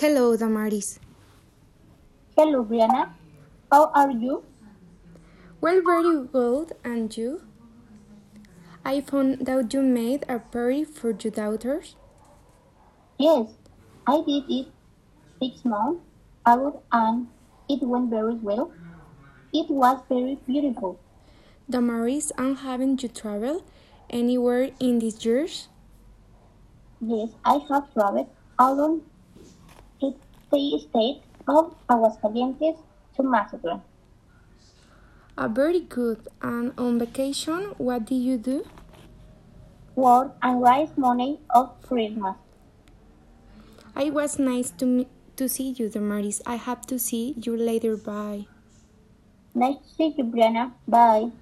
Hello, Damaris. Hello, Brianna. How are you? Well, very good, and you? I found out you made a party for your daughters. Yes, I did it six months ago and it went very well. It was very beautiful. Damaris, and haven't you traveled anywhere in these years? Yes, I have traveled along to the state of Aguascalientes to Mazatlán. Ah, very good. And on vacation, what did you do? Work and raise money of Christmas. I was nice to me- to see you, Damaris. I have to see you later. Bye. Nice to see you, Brianna. Bye.